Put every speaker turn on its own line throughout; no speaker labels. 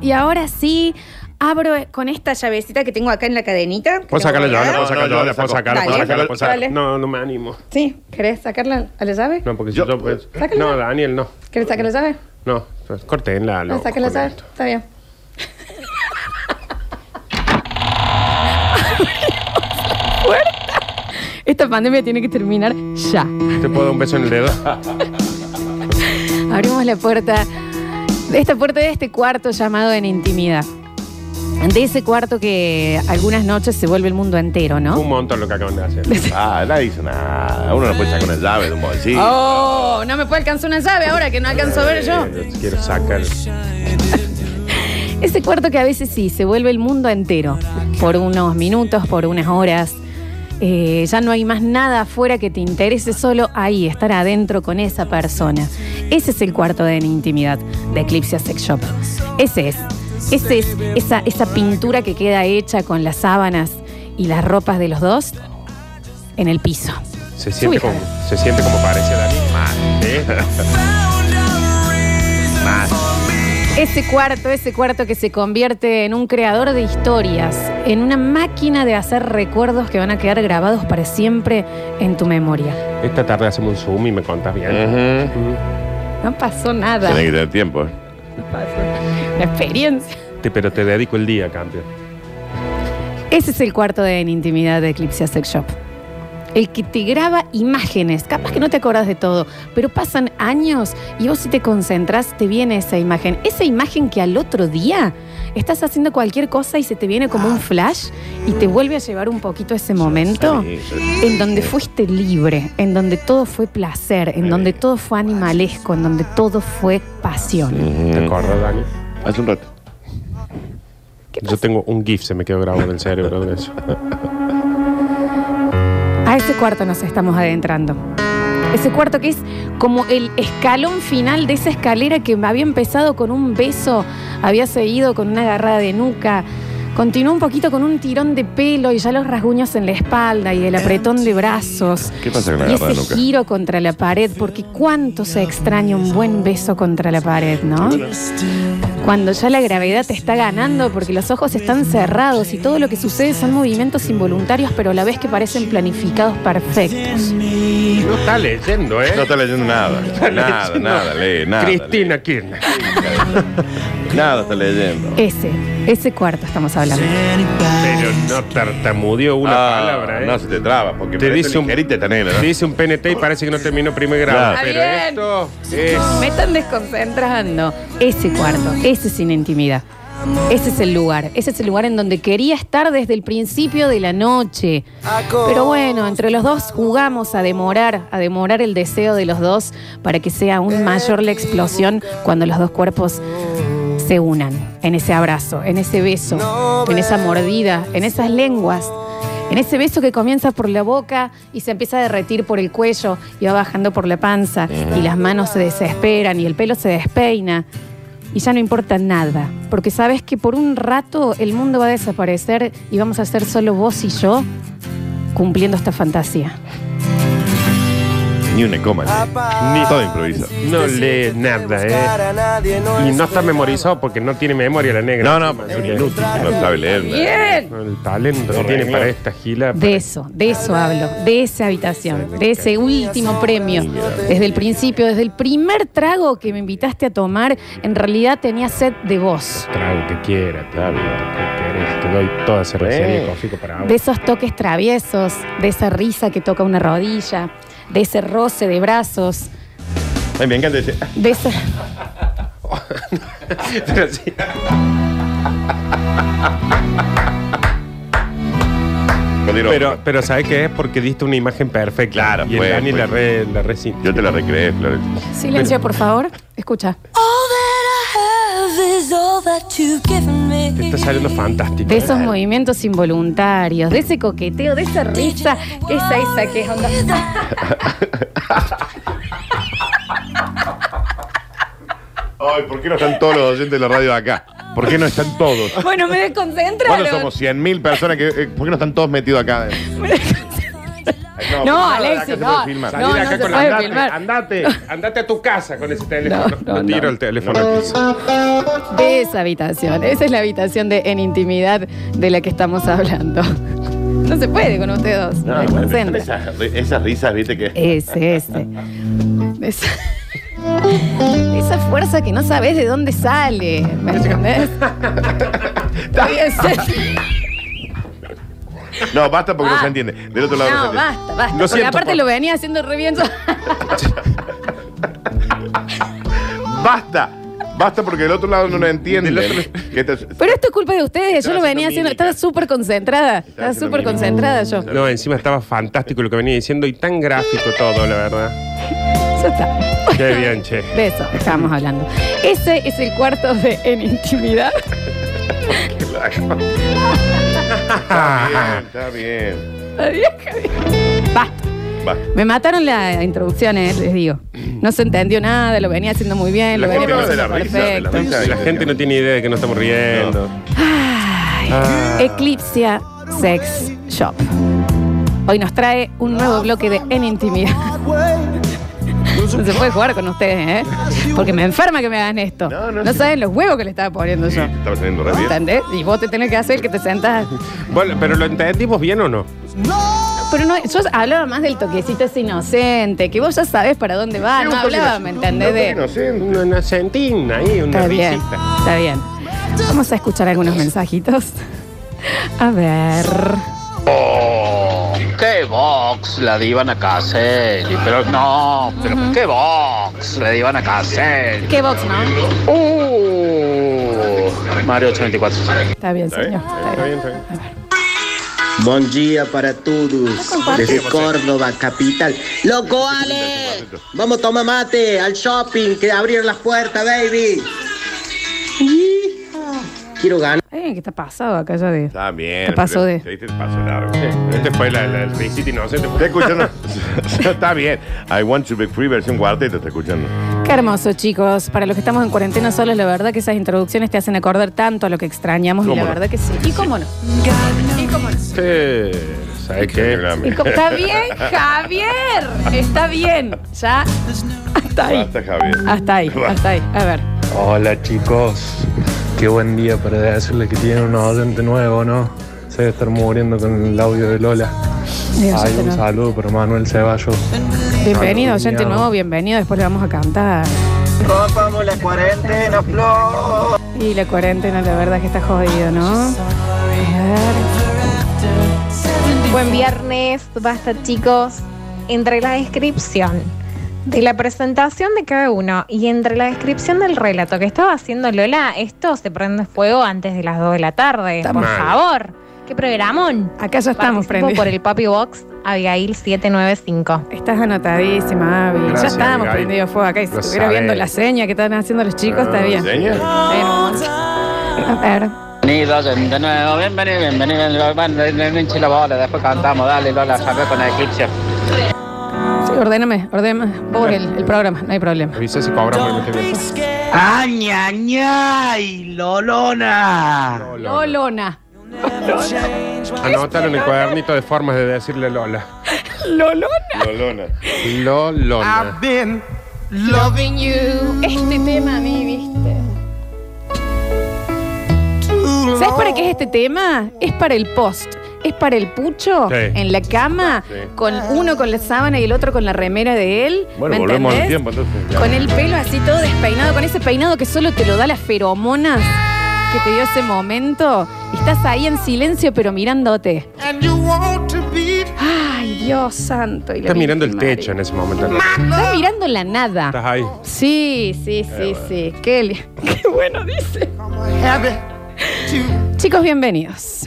Y ahora sí, abro con esta llavecita que tengo acá en la cadenita. que
Puedo
la
sacarla
voy a
yo, la
dar.
puedo
No,
sacar
no, yo
yo, la
la
puedo
saco.
sacar, la puedo
Dale.
sacar, la puedo
Dale.
sacar. No, no me animo.
Sí, ¿querés sacarla a la llave?
No, porque si
Yo-
yo pues.
Sácala.
No, Daniel, no.
¿Querés sacarla a la llave?
No, pues,
Ah,
cortenla.
No,
loco,
sacarla a
con
la llave.
esto.
Está bien. Puerta. Esta pandemia tiene que terminar ya.
¿Te puedo dar un beso en el dedo?
Abrimos la puerta, esta puerta de este cuarto llamado en intimidad. De ese cuarto que algunas noches se vuelve el mundo entero, ¿no?
Un montón lo que acaban de hacer.
Ah, nadie dice nada. Uno no puede sacar una llave de un bolsillo.
Ah.
¡Oh! No me puede alcanzar una llave ahora que no alcanzo a ver yo.
Eh, Quiero sacar.
Ese Este cuarto que a veces sí, se vuelve el mundo entero. Por unos minutos, por unas horas. Eh, ya no hay más nada afuera que te interese, solo ahí, estar adentro con esa persona. Ese es el cuarto de intimidad de Eclipse Sex Shop. Ese es. Ese es esa, esa pintura que queda hecha con las sábanas y las ropas de los dos en el piso.
Se siente,
Su hija.
como, se siente como parece Dani. Mal, ¿eh?
Ese cuarto, ese cuarto que se convierte en un creador de historias, en una máquina de hacer recuerdos que van a quedar grabados para siempre en tu memoria.
Esta tarde hacemos un zoom y me contás bien.
Ujú.
No pasó nada.
Tiene que tener tiempo. ¿eh?
La experiencia.
Te- pero te dedico el día, campeón.
Ese es el cuarto de en intimidad de Eclipse Sex Shop. El que te graba imágenes, capaz que no te acordás de todo, pero pasan años y vos si te concentras te viene esa imagen. Esa imagen que al otro día estás haciendo cualquier cosa y se te viene como un flash y te vuelve a llevar un poquito a ese momento.
Sí, sí.
En donde fuiste libre, en donde todo fue placer, en donde todo fue animalesco, en donde todo fue pasión.
¿Te
Ujú.
acordás, Dani?
Hace un rato.
Yo tengo un GIF, se me quedó grabado en el cerebro de eso.
A ese cuarto nos estamos adentrando. Ese cuarto que es como el escalón final de esa escalera que había empezado con un beso, había seguido con una agarrada de nuca, continuó un poquito con un tirón de pelo y ya los rasguños en la espalda y el apretón de brazos.
¿Qué pasa con la
Y
garra de
ese
nuca?
giro contra la pared, porque cuánto se extraña un buen beso contra la pared, ¿no? Cuando ya la gravedad te está ganando porque los ojos están cerrados y todo lo que sucede son movimientos involuntarios, pero a la vez que parecen planificados perfectos.
No está leyendo, ¿eh?
No está leyendo nada. Nada, nada, lee, nada.
Cristina Kirchner.
lee. Nada está leyendo.
Ese, ese cuarto estamos hablando.
Pero no tartamudeó una
Ah,
palabra, ¿eh?
No se te traba, porque
Te
parece
dice un-
ligerita esta negra, ¿no?
Dice un PNT y parece que no terminó primer grado.
Claro.
Pero
Está
esto es.
Me están desconcentrando. Ese cuarto, ese sin intimidad. Ese es el lugar, ese es el lugar en donde quería estar desde el principio de la noche. Pero bueno, entre los dos jugamos a demorar, a demorar el deseo de los dos para que sea aún mayor la explosión cuando los dos cuerpos se unan en ese abrazo, en ese beso, en esa mordida, en esas lenguas, en ese beso que comienza por la boca y se empieza a derretir por el cuello y va bajando por la panza y las manos se desesperan y el pelo se despeina y ya no importa nada, porque sabes que por un rato el mundo va a desaparecer y vamos a ser solo vos y yo cumpliendo esta fantasía.
Ni una coma. Ni todo improvisado.
No lee nada, ¿eh? Y no está memorizado porque no tiene memoria la negra.
No, no, pero es un inútil. No sabe leer nada.
El talento que
No
tiene
arregló.
para esta gila.
De eso, de eso hablo, de esa habitación, de ese último premio. Desde el principio, desde el primer trago que me invitaste a tomar, en realidad tenía sed de vos.
Trago que quiera, te doy lo que querés, te doy toda esa
Eh.
receta de cofico para
De
vos.
esos toques traviesos, de esa risa que toca una rodilla, de ese roce de brazos,
Ay, me encanta ese.
de esa...
Pero sí.
Cordero.
Pero, pero ¿sabes qué es? Porque diste una imagen perfecta.
Claro,
Y el
fue-
Dani
fue.
la re, la re sintió.
Yo te la recreé, Flores.
Silencio, por favor. Escucha.
Te está saliendo fantástico.
De esos movimientos involuntarios, de ese coqueteo, de esa risa, esa, esa que es onda.
Ay, ¿por qué no están todos los oyentes de la radio acá? ¿Por qué no están todos?
Bueno, me desconcentraron.
¿Cuándo somos 100.000 personas? Que, eh, ¿Por qué no están todos metidos acá?
Me desconcentraron. No, Alexis, no.
Salí de
no
acá
se
con
puede
andate,
filmar.
andate, andate a tu casa con ese teléfono.
No, no,
Le tiro
no.
el teléfono al piso.
De esa habitación. Esa es la habitación de en intimidad de la que estamos hablando. No se puede con ustedes dos. No,
No,
me
bueno,
concentra.
pero esas, ri- esas risas, viste que.
Ese, ese. Esa, esa fuerza que no sabes de dónde sale. ¿Me entendés? Eh, Ríese.
No, basta porque no
Ah.
se entiende. Del otro lado no,
No,
se entiende.
basta, basta.
Lo
Porque
siento,
aparte
Paco.
lo venía haciendo re bien.
Basta. Basta porque del otro lado no lo entiende.
Del otro-
Que te-
Pero esto es culpa de ustedes. Yo
Estaba
lo venía
haciendo
haciendo.
mímica.
Estaba súper concentrada. Estaba
haciendo
súper
mímica.
concentrada yo.
No, encima estaba fantástico lo que venía diciendo y tan gráfico todo, la verdad.
Ya está.
Qué bien, che.
De eso estábamos hablando. Ese es el cuarto de En Intimidad.
Está bien, está bien.
La vieja. Basta.
Basta.
Me mataron la introducción, eh, les digo. No se entendió nada, lo venía haciendo muy bien,
La
lo venía
gente
haciendo
de la risa, de la
perfecto.
risa.
La gente no tiene idea de que no estamos riendo.
Ay, Eclipsia Sex Shop. Hoy nos trae un nuevo bloque de En Intimidad. No se puede jugar con ustedes, ¿eh? Porque me enferma que me hagan esto.
No,
No,
no, sí.
saben los huevos que le estaba poniendo
Sí,
yo.
estaba saliendo re bien.
¿Entendés? Y vos te tenés que hacer el que te sentás.
Bueno, pero ¿lo entendimos bien o no?
Pero no, yo hablaba más del toquecito ese inocente, que vos ya sabés para dónde va. Ah, No hablaba, ¿me entendés? De-
No sé.
Una, una sentina ahí, una
Está bien,
risita.
está bien. Vamos a escuchar algunos mensajitos. A ver.
¿Qué box la divan a Caselli? Pero no, pero ¿qué box la divan a Caselli?
¿Qué box, no?
Uh, Mario 824.
Está bien,
Está bien,
señor. Está
Está
bien.
bien, está bien.
Buen día para todos desde Córdoba, capital. ¡Loco, Ale! Vamos a tomar mate al shopping, que abrieron las puertas, baby. Hija. Quiero ganar.
Eh, ¿Qué está pasado acá ya de.?
Está bien.
Te pasó
pero-
de-
Te diste el paso largo.
Este fue la, la, el risita inocente.
Está escuchando. está bien. I want to be free versión cuarteto está escuchando.
Qué hermoso, chicos. Para los que estamos en cuarentena solos, la verdad que esas introducciones te hacen acordar tanto a lo que extrañamos y
¿Cómo
la
no?
verdad que sí. ¿Y cómo no? ¿Y cómo no?
Sí, ¿Sabes qué?
¿Y cómo- Está bien, Javier. Está bien. Ya. Hasta ahí.
Basta, Javier.
Hasta ahí. Hasta ahí. A ver.
Hola chicos, qué buen día para decirle que tienen un oyente nuevo, ¿no? Se debe estar muriendo con el audio de Lola.
Dios,
Ay,
ya
un
tenemos.
saludo para Manuel Ceballos.
Bienvenido,
Saludos,
gente
mi amor.
nuevo, bienvenido. Después le vamos a cantar. Rompamos la cuarentena, Flor. Y la cuarentena, la verdad que está jodido, ¿no? A
Buen viernes, basta chicos. Entre la descripción de la presentación de cada uno y entre la descripción del relato que estaba haciendo Lola, esto se prende fuego antes de las 2 de la tarde.
Está
por
mal.
favor, qué programón.
ver, acá ya estamos
Participo
prendidos.
por el Papi Box Abigail 795.
Estás anotadísima, Abby.
Gracias,
ya estamos
Abigail.
prendidos fuego acá. Y si
Lo
estuviera
sabés.
viendo la seña que están haciendo los chicos, está bien.
¿Seña?
A ver.
Bienvenidos de nuevo, bienvenidos, bienvenidos. Bueno, hinche la bola, después cantamos, dale, Lola, saca con la eclipse.
Sí, ordéname, ordéname. Por el, el programa, no hay problema.
Avisa si cobramos el mes que
¡Ay, ay, ay! ¡Lolona!
viene. Lola.
Lolona.
Anótalo en el cuadernito de formas de decirle Lola.
Lolona.
Lolona.
Ah,
Lolona.
been
Loving you. Este tema a mí, viste. ¿Sabes para qué es este tema? Es para el post. Es para el pucho
Sí.
en la cama,
Sí.
con uno con la sábana y el otro con la remera de él.
Bueno,
¿me
volvemos al
entendés?
tiempo entonces.
Con el pelo así todo despeinado, con ese peinado que solo te lo da las feromonas que te dio ese momento. Y Estás ahí en silencio, pero mirándote. Ay, Dios santo. y la
Estás mirando el
Virgen
techo en
María.
ese momento.
Estás mirando la nada.
Estás ahí.
Sí, sí, sí, sí. Qué, li- qué bueno dice. Chicos, bienvenidos.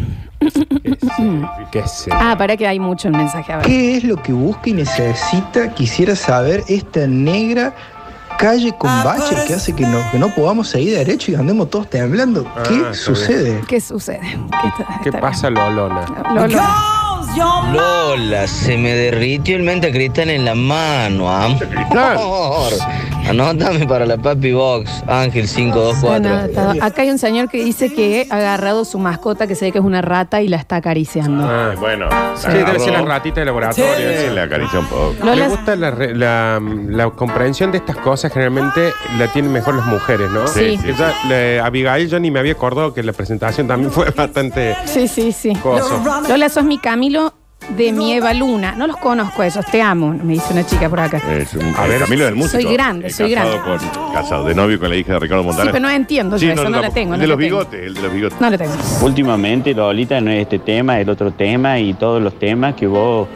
¿Qué sé?
Ah, para que hay mucho en mensaje. A ver.
¿Qué es lo que busca y necesita? Quisiera saber esta negra calle con baches que hace que no, que no podamos seguir derecho y andemos todos temblando.
Ah, está
¿Qué
bien.
sucede?
¿Qué sucede? ¿Qué, está-
¿Qué
está
pasa, Lolona?
bien? Lola. Oh,
Lola, se me derritió el mentacristal en la mano, amor.
¿Cristal?
Anótame para la Papi Box, Ángel
Bueno,
524.
está- acá hay un señor que dice que ha agarrado su mascota, que se ve que es una rata, y la está acariciando.
Ah, bueno.
Sí, debe ser la ratita de laboratorio.
Sí,
esa.
la acaricia un poco.
No
Me
las-
gusta la, re- la- la comprensión de estas cosas, generalmente la tienen mejor las mujeres, ¿no?
Sí. Sí, sí,
Ella, le- Abigail, yo ni me había acordado que la presentación también fue bastante
Sí, sí, sí.
coso.
Lola, sos mi Camilo de mi Eva Luna. No los conozco a esos, te amo, me dice una chica por acá.
Es un,
A
el
ver,
Camilo del músico.
soy grande,
Eh,
soy
casado Con, casado de novio con la hija de Ricardo
Sí,
Montaner.
pero no entiendo yo eso, no, la
tampoco.
tengo.
El
no
de
la
los
tengo.
bigotes, el de los bigotes.
No la tengo.
Últimamente, Lolita, no es este tema, el otro tema y todos los temas que vos,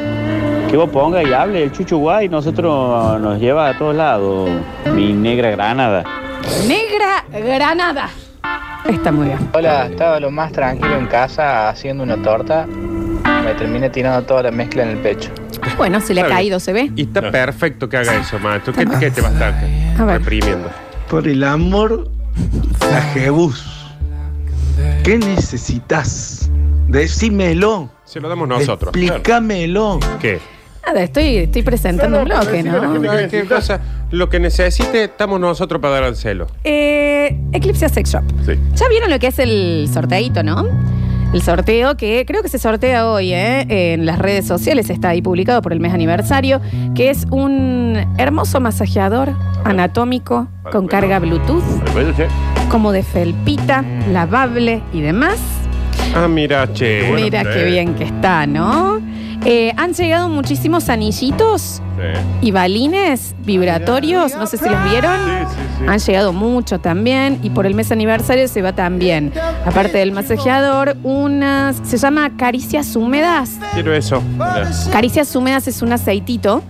que vos pongas y hable. El Chucho Guay nosotros nos lleva a todos lados. Mi negra Granada.
Negra Granada. Está muy bien.
Hola, estaba lo más tranquilo en casa haciendo una torta. Me terminé tirando toda la mezcla en el pecho.
Bueno, se le ha
Está bien.
caído, se ve.
Y está perfecto que haga eso, macho. ¿Qué, qué te va a estar reprimiendo?
Por el amor, la Jebus. ¿Qué necesitas? Decímelo.
Se lo damos nosotros.
Explícamelo.
¿Qué?
Nada, estoy, estoy presentando un bloque, ¿no?
¿Qué- qué cosa? Lo que necesite, estamos nosotros para dar al celo.
Eh, Eclipse Sex Shop.
Sí.
Ya vieron lo que es el sorteito, ¿no? El sorteo que creo que se sortea hoy ¿eh? en las redes sociales, está ahí publicado por el mes aniversario, que es un hermoso masajeador anatómico con carga Bluetooth, como de felpita, lavable y demás.
Ah, mira, che.
Mira Mm. qué bien que está, ¿no? Eh, han llegado muchísimos anillitos y balines vibratorios, no sé si los vieron. Han llegado mucho también y por el mes aniversario se va también, aparte del masajeador, unas, se llama caricias húmedas.
Quiero eso.
Ah.
Mira.
Caricias húmedas es un aceitito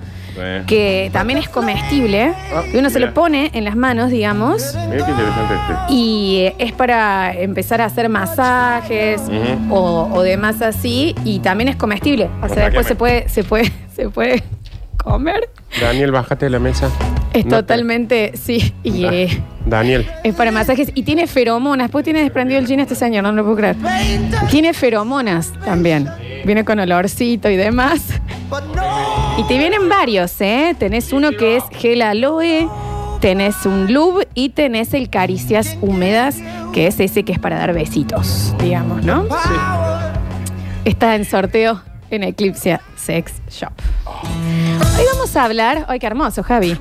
que también es comestible, que uno se lo
mira.
pone en las manos, digamos.
Mira qué interesante este.
Y eh, es para empezar a hacer masajes
Ujú.
o, o demás así. Y también es comestible. O
Otra
sea, después
que
se puede, se puede, se puede comer.
Daniel, bájate de la mesa.
Es
No te- Ah.
totalmente, sí. Y eh,
Daniel.
es para masajes. Y tiene feromonas. Pues tiene desprendido el jean este señor, no lo puedo creer. Tiene feromonas también. Viene con olorcito y demás. Y te vienen varios, ¿eh? Tenés uno que es gel aloe, tenés un lube y tenés el caricias húmedas, que es ese que es para dar besitos, digamos, ¿no? Está en sorteo en Eclipse Sex Shop. Hoy vamos a hablar, ay qué hermoso Javi,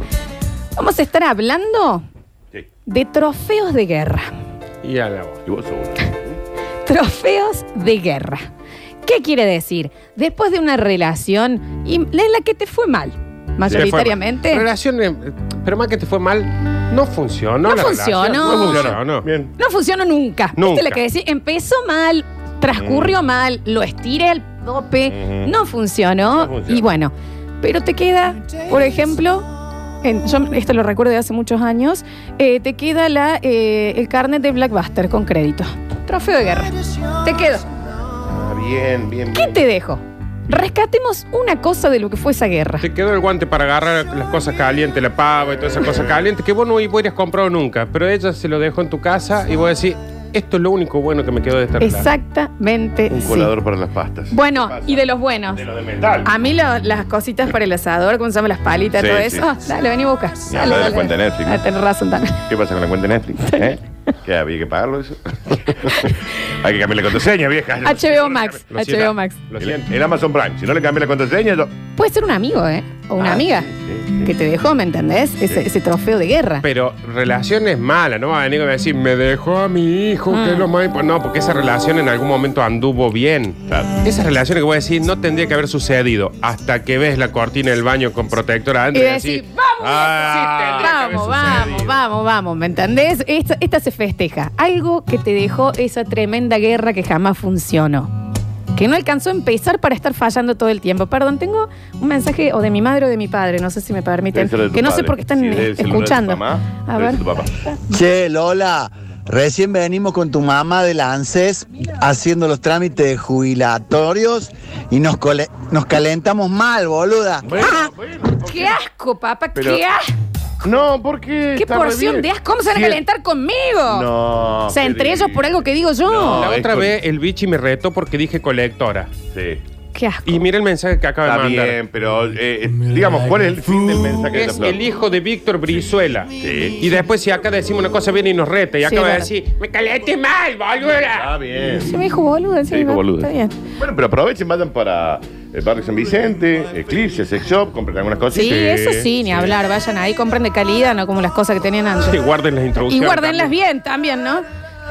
vamos a estar hablando de trofeos de guerra.
Y a la voz.
Y vos seguro.
Trofeos de guerra. ¿Qué quiere decir? Después de una relación y- en la que te fue mal, mayoritariamente.
Te fue mal. Relación, eh, pero más que te fue mal, no funcionó.
No
la
funcionó.
relación. No funcionó.
Bien.
No funcionó nunca.
Nunca.
¿Viste la que decía? Empezó mal, transcurrió
Mm.
mal, lo estiré al tope,
Ujú.
no, funcionó, Y bueno, pero te queda, por ejemplo, en- yo esto lo recuerdo de hace muchos años, eh, te queda la, eh, el carnet de Blackbuster con crédito. Trofeo de guerra. Te quedo.
Ah, bien, bien,
¿Qué
bien.
te dejo? Rescatemos una cosa de lo que fue esa guerra.
Te quedó el guante para agarrar las cosas calientes, la pava y todas esas cosas calientes que vos no hubieras comprado nunca. Pero ella se lo dejó en tu casa y vos decís, esto es lo único bueno que me quedó de esta relación.
Exactamente.
Un
sí.
colador para las pastas.
Bueno, Ah, y de los buenos.
De metal.
A mí lo- las cositas para el asador, ¿cómo se llama? Las palitas,
Sí,
todo
sí.
eso. Ah, dale, vení a buscar.
Ni hablar de la cuenta de Netflix.
Ah, tenés razón también.
¿Qué pasa con la cuenta de Netflix? ¿Eh? ¿Qué había que pagarlo eso? Hay que cambiar la contraseña, vieja.
HBO Max.
Lo siento.
HBO Max.
Lo siento. El Amazon Prime. Si no le cambié la contraseña, yo.
Puede ser un amigo, ¿eh? O una amiga. Que te dejó, ¿me entendés? Ese, ese trofeo de guerra.
Pero relación es mala, no va a venir a decir, me dejó a mi hijo, que es lo más impo-". No, porque esa relación en algún momento anduvo bien. Esas relaciones que voy a decir no tendría que haber sucedido hasta que ves la cortina del baño con protector
Y
adentro y decís, "Ah,
decir, vamos, vamos, vamos, vamos, vamos, ¿me entendés? Esta, esta se festeja. Algo que te dejó esa tremenda guerra que jamás funcionó. Que no alcanzó a empezar para estar fallando todo el tiempo. Perdón, tengo un mensaje o de mi madre o de mi padre, no sé si me permiten.
Debe ser de tu
Que no sé
padre.
por qué están
Sí, debe ser el celular de tu
escuchando.
mamá, debe
A ver. Ah.
ser tu papá. Che, Lola, recién venimos con tu mamá del ANSES haciendo los trámites jubilatorios y nos, cole- nos calentamos mal, boluda.
Ah, ¡Qué asco, papá!
Pero-
¡Qué asco!
No, ¿por qué?
¿Qué
Está
porción
re bien.
de asco? ¿Cómo se van a
Sí, es-
calentar conmigo?
No,
O sea,
qué
entre ellos
divino.
por algo que digo yo.
La otra vez el bichi me retó porque dije colectora.
Sí.
Qué asco.
Y mira el mensaje que acaba de
Está
mandar.
bien, pero eh, eh, digamos, ¿cuál es el fin del mensaje de
Es
esta flor?
el hijo de Víctor Brizuela. Y después si acá decimos una cosa bien y nos reta y
Sí,
acaba de
es
decir, me calete mal, boluda.
Está bien.
Se me dijo boludo.
Sí, dijo boludo.
Está bien.
Bueno, pero aprovechen, vayan para el barrio San Vicente, Eclipse, Sex Shop, compren algunas cosas.
Sí, eso sí, ni hablar. Vayan ahí, compren de calidad, no como las cosas que tenían antes.
Y guarden las
Y
introducciones.
guárdenlas bien también, ¿no?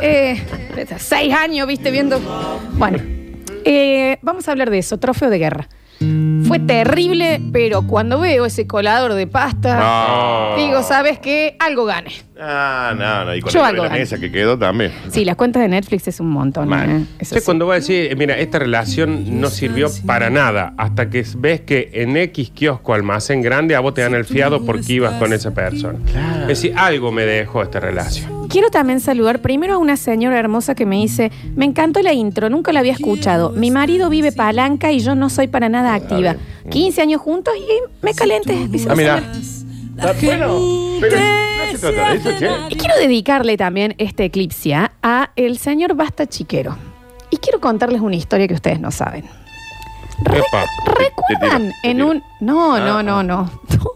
Eh, seis años, viste, viendo. Bueno, eh, vamos a hablar de eso, trofeo de guerra. Fue terrible, pero cuando veo ese colador de pasta,
No.
digo, ¿sabes qué? Algo gane.
Ah, no, no. Y con
Yo
la
algo
de la
gano.
mesa que quedó también.
Sí, las cuentas de Netflix es un montón. ¿eh? Eso
Sí,
sí.
cuando va a decir, eh, mira, esta relación no sirvió para nada, hasta que ves que en X kiosco almacén grande a vos te dan el fiado porque ibas con esa persona. Es decir, algo me dejó esta relación.
Quiero también saludar primero a una señora hermosa que me dice, me encantó la intro, nunca la había escuchado. Mi marido vive palanca y yo no soy para nada activa. 15 años juntos y me este calenté. dice la
Ah, mira.
señora.
Ah, Bueno, pero no se trata de eso,
Y
che.
quiero dedicarle también este eclipse a- a el señor Basta Chiquero. Y quiero contarles una historia que ustedes no saben.
Epa.
¿Recuerdan en un... No, no,
Ah,
no, no.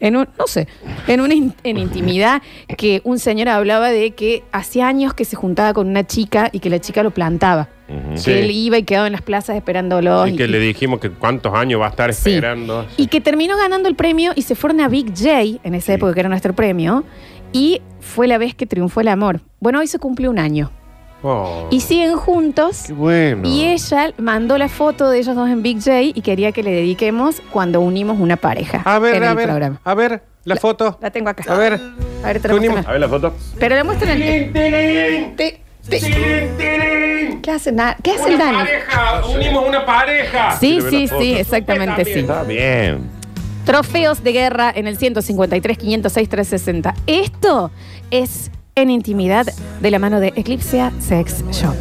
En un, no sé, en una in- en intimidad que un señor hablaba de que hacía años que se juntaba con una chica y que la chica lo plantaba. Que
Sí.
él iba y quedaba en las plazas esperándolo.
Y que le dijimos que cuántos años va a estar esperando.
Y que terminó ganando el premio y se fueron a Big J, en esa época que era nuestro premio, y fue la vez que triunfó el amor. Bueno, hoy se cumple un año.
Oh.
Y siguen juntos.
Bueno.
Y ella mandó la foto de ellos dos en Big J y quería que le dediquemos cuando unimos una pareja.
A ver,
en
a
el
ver,
programa.
a ver, la, foto.
La tengo acá.
A ver.
A ver, te la muestro
A ver la foto.
acá. Pero la muestro en el. Te- te- ¿Qué hace, na- ¿Qué hace el Dani?
pareja, unimos una pareja.
Sí, sí, sí, exactamente, sí.
Está bien.
Trofeos de guerra en el 153, 506, 360. Esto es en intimidad de la mano de Eclipsea Sex Shop.